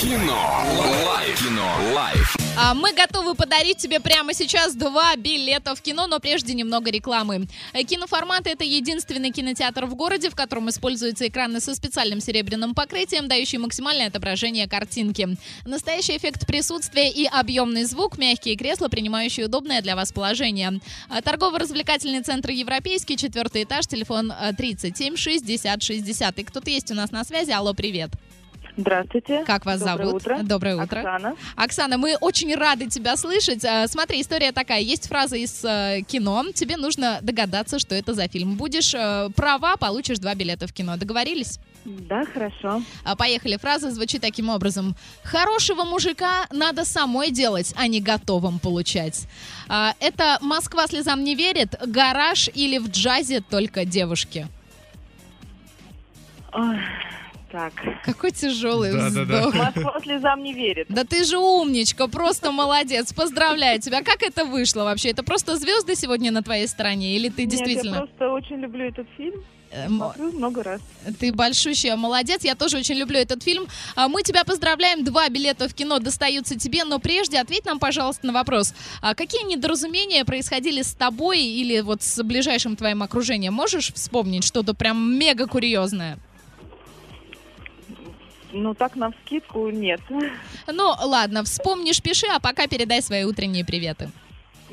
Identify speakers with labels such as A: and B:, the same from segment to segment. A: Кино. Лайф. Кино. Лайф.
B: А, Мы готовы подарить тебе прямо сейчас два билета в кино, но прежде немного рекламы. Э, Киноформат — это единственный кинотеатр в городе, в котором используются экраны со специальным серебряным покрытием, дающие максимальное отображение картинки. Настоящий эффект присутствия и объемный звук, мягкие кресла, принимающие удобное для вас положение. А, Торгово-развлекательный центр «Европейский», четвертый этаж, телефон э, 37 60 60. И кто-то есть у нас на связи. Алло, привет.
C: Здравствуйте.
B: Как вас
C: Доброе
B: зовут?
C: Утро.
B: Доброе утро.
C: Оксана.
B: Оксана, мы очень рады тебя слышать. Э, Смотри, история такая. Есть фраза из э, кино. Тебе нужно догадаться, что это за фильм. Будешь э, права, получишь два билета в кино. Договорились?
C: Да, хорошо.
B: А, Поехали. Фраза звучит таким образом. Хорошего мужика надо самой делать, а не готовым получать. А, Это «Москва слезам не верит», «Гараж» или «В джазе только девушки».
C: Ой, так.
B: Какой тяжелый
D: Да-да-да.
B: вздох.
C: Москва слезам не верит.
B: Да ты же умничка, просто молодец. Поздравляю тебя. Как это вышло вообще? Это просто звезды сегодня на твоей стороне? Или ты
C: Нет, я
B: действительно...
C: просто очень люблю этот фильм.
B: Эм,
C: Смотрю много раз.
B: Ты большущая, молодец. Я тоже очень люблю этот фильм. А, Мы тебя поздравляем. Два билета в кино достаются тебе. Но прежде ответь нам, пожалуйста, на вопрос. А Какие недоразумения происходили с тобой или вот с ближайшим твоим окружением? Можешь вспомнить что-то прям мега курьезное?
C: Ну, так на вскидку нет.
B: Ну, ладно, вспомнишь, пиши, а пока передай свои утренние приветы.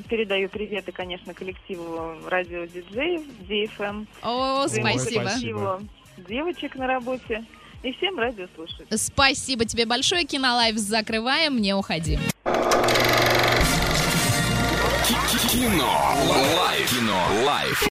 C: Передаю приветы, конечно, коллективу радио диджеев, DFM.
B: О, спасибо.
D: спасибо.
C: Эм. Коллективу девочек на работе и всем радио слушать.
B: Спасибо тебе большое, Кинолайф. Закрываем, не уходи.
A: Кино. Лайф. Кино. Лайф.